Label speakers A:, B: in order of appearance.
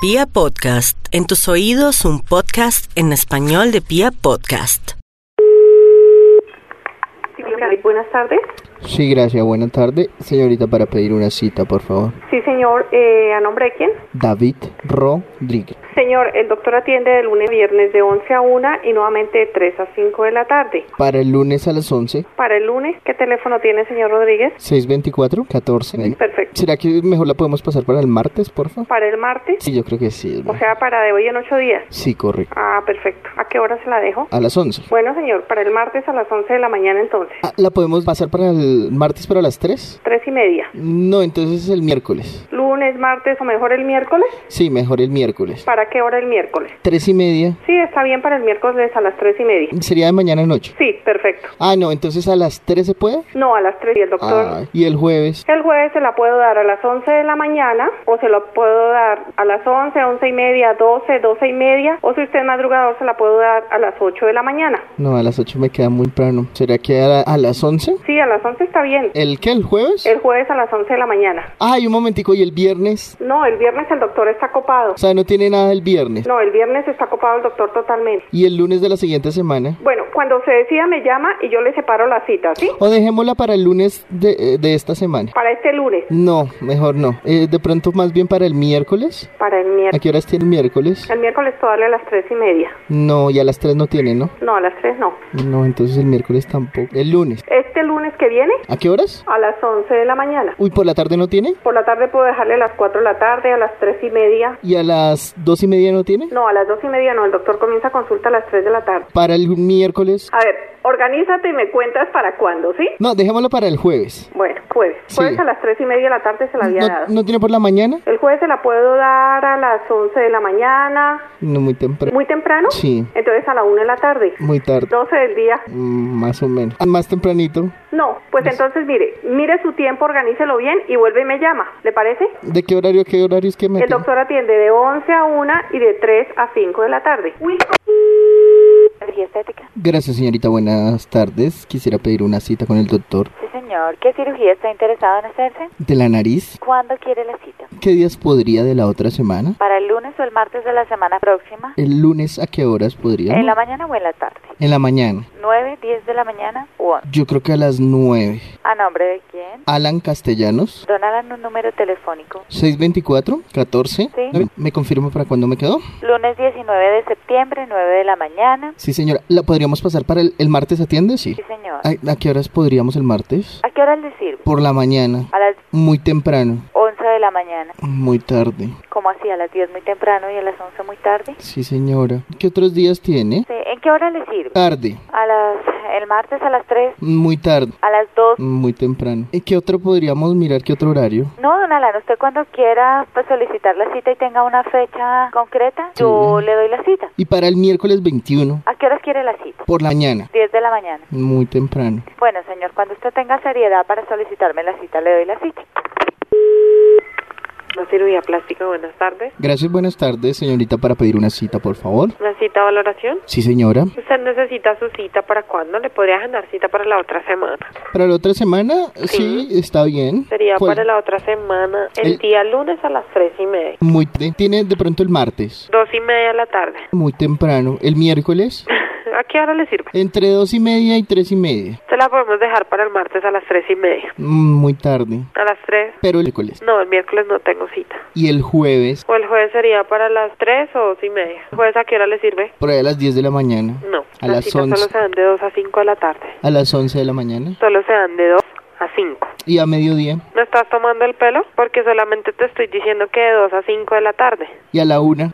A: Pia Podcast, en tus oídos un podcast en español de Pia Podcast.
B: Sí, Gabriel, buenas tardes.
C: Sí, gracias. Buenas tardes. Señorita, para pedir una cita, por favor.
B: Sí, señor, eh, ¿a nombre de quién?
C: David Rodríguez.
B: Señor, el doctor atiende de lunes a viernes de 11 a 1 y nuevamente de 3 a 5 de la tarde.
C: Para el lunes a las 11,
B: Para el lunes, ¿qué teléfono tiene, señor Rodríguez?
C: 624, 14.
B: Perfecto.
C: ¿Será que mejor la podemos pasar para el martes, por favor?
B: ¿Para el martes?
C: Sí, yo creo que sí. es
B: O
C: mejor.
B: sea, para de hoy en 8 días.
C: Sí, correcto.
B: Ah, perfecto. ¿A qué hora se la dejo?
C: A las 11.
B: Bueno, señor, para el martes a las 11 de la mañana entonces.
C: Ah, ¿La podemos pasar para el martes para las 3?
B: Tres y media.
C: No, entonces el miércoles.
B: ¿Lunes, martes o mejor el miércoles?
C: Sí, mejor el miércoles.
B: ¿Para qué hora el miércoles?
C: ¿Tres y media?
B: Sí, está bien para el miércoles a las tres y media.
C: Sería de mañana noche.
B: Sí, perfecto.
C: Ah, no, entonces a las 3 se puede.
B: No, a las 3 y el doctor...
C: Ah, y el jueves.
B: El jueves se la puedo dar a las 11 de la mañana o se la puedo dar a las 11, 11 y media, 12, 12 y media o si usted es madrugador se la puedo dar a las 8 de la mañana.
C: No, a las 8 me queda muy plano. ¿Será que a, la- a las 11?
B: Sí, a las 11 está bien.
C: ¿El qué? ¿El jueves?
B: El jueves a las 11 de la mañana.
C: Ay, un momentico, ¿y el viernes?
B: No, el viernes el doctor está copado.
C: O sea, no tiene nada el viernes.
B: No, el viernes está copado el doctor totalmente.
C: Y el lunes de la siguiente semana.
B: Bueno, cuando se decida me llama y yo le separo la cita, ¿sí?
C: O dejémosla para el lunes de, eh, de esta semana.
B: Para este lunes,
C: No, mejor no. Eh, de pronto más bien para el miércoles.
B: para el
C: ¿A
B: miércoles.
C: qué horas tiene el miércoles?
B: El miércoles puedo darle a las 3 y media.
C: No, y a las 3 no tiene, ¿no?
B: No, a las 3 no.
C: No, entonces el miércoles tampoco. El lunes.
B: Este lunes que viene
C: ¿A qué horas?
B: a las 11 de la mañana.
C: Uy, por la tarde no tiene.
B: Por la tarde puedo dejarle a las 4 de la tarde, a las 3 y media.
C: ¿Y a las 2 y media no tiene?
B: No, a las 2 y media no, el doctor comienza consulta a las 3 de la tarde.
C: Para el miércoles.
B: A ver, organízate y me cuentas para cuándo, ¿sí?
C: No, dejémoslo para el jueves.
B: Bueno, jueves.
C: Sí.
B: Jueves a las 3 y media de la tarde se la había
C: ¿No,
B: dado.
C: no tiene por la mañana?
B: El jueves se la puedo dar a las 11 de la mañana.
C: No, muy temprano.
B: ¿Muy temprano?
C: Sí.
B: Entonces a la 1 de la tarde.
C: Muy tarde.
B: 12 del día.
C: Mm, más o menos. Ah, Más tempranito.
B: No, pues entonces mire, mire su tiempo, organícelo bien y vuelve y me llama. ¿Le parece?
C: ¿De qué horario a qué horario es que me
B: El
C: tiene?
B: doctor atiende de 11 a 1 y de 3 a 5 de la tarde.
D: Cirugía estética.
C: Gracias, señorita. Buenas tardes. Quisiera pedir una cita con el doctor
D: Sí, señor. ¿Qué cirugía está interesado en hacerse?
C: de la nariz.
D: ¿Cuándo quiere la cita?
C: ¿Qué días podría de la otra semana?
D: ¿Para el lunes o el martes de la semana próxima?
C: ¿El lunes a qué horas podría?
D: ¿En la mañana o en la tarde?
C: En la mañana.
D: ¿9, 10 de la mañana o 11?
C: Yo creo que a las 9.
D: ¿A nombre de quién?
C: Alan Castellanos,
D: Donalan un número telefónico.
C: 624-14.
D: Sí.
C: ¿Me confirma para cuándo me quedó?
D: Lunes 19 de septiembre, 9 de la mañana.
C: Sí, señora. ¿La podríamos pasar para el, el martes? ¿Atiende? Sí.
D: Sí, señor.
C: ¿A, a qué horas podríamos el martes?
D: ¿A qué hora le sirve?
C: Por la mañana.
D: A las
C: Muy temprano.
D: 11 de la mañana.
C: Muy tarde.
D: ¿Cómo así? ¿A las 10 muy temprano y a las 11 muy tarde?
C: Sí, señora. ¿Qué otros días tiene?
D: Sí, ¿En qué hora le sirve?
C: Tarde.
D: ¿A las... el martes a las 3?
C: Muy tarde.
D: ¿A las 2?
C: Muy temprano. ¿Y qué otro podríamos mirar? ¿Qué otro horario?
D: No, don Alan, usted cuando quiera pues, solicitar la cita y tenga una fecha concreta, yo le doy la cita.
C: Y para el miércoles 21,
D: ¿A qué horas quiere la cita?
C: por la mañana.
D: 10 de la mañana.
C: Muy temprano.
D: Bueno, señor, cuando usted tenga seriedad para solicitarme la cita, le doy la cita.
B: La cirugía plástica, buenas tardes.
C: Gracias, buenas tardes, señorita, para pedir una cita, por favor.
B: ¿La cita valoración?
C: Sí, señora.
B: ¿Usted necesita su cita para cuándo? ¿Le podría agendar cita para la otra semana?
C: ¿Para la otra semana? Sí, está bien.
B: Sería
C: ¿Cuál? Eh.
B: para la otra semana, el,
C: El-
B: día lunes a las tres y media.
C: Muy te- Tiene de pronto el martes.
B: Dos y media de la tarde.
C: Muy temprano. El miércoles,
B: ¿A qué hora le sirve?
C: entre dos y media y tres y media.
B: Se la podemos dejar para el martes a las tres y media.
C: Mm, Muy tarde.
B: ¿A las tres?
C: Pero el miércoles.
B: No, el miércoles no tengo cita.
C: Y el jueves,
B: ¿O el jueves sería para las tres o dos y media? ¿Jueves a qué hora le sirve?
C: por ahí a las 10 de la mañana.
B: No.
C: A
B: las
C: las
B: citas
C: 11.
B: solo se dan de dos a cinco de la tarde.
C: A las 11 de la mañana.
B: Solo se dan de dos a cinco.
C: Y a mediodía.
B: ¿Me estás tomando el pelo? Porque solamente te estoy diciendo que de dos a cinco de la tarde.
C: Y a la una.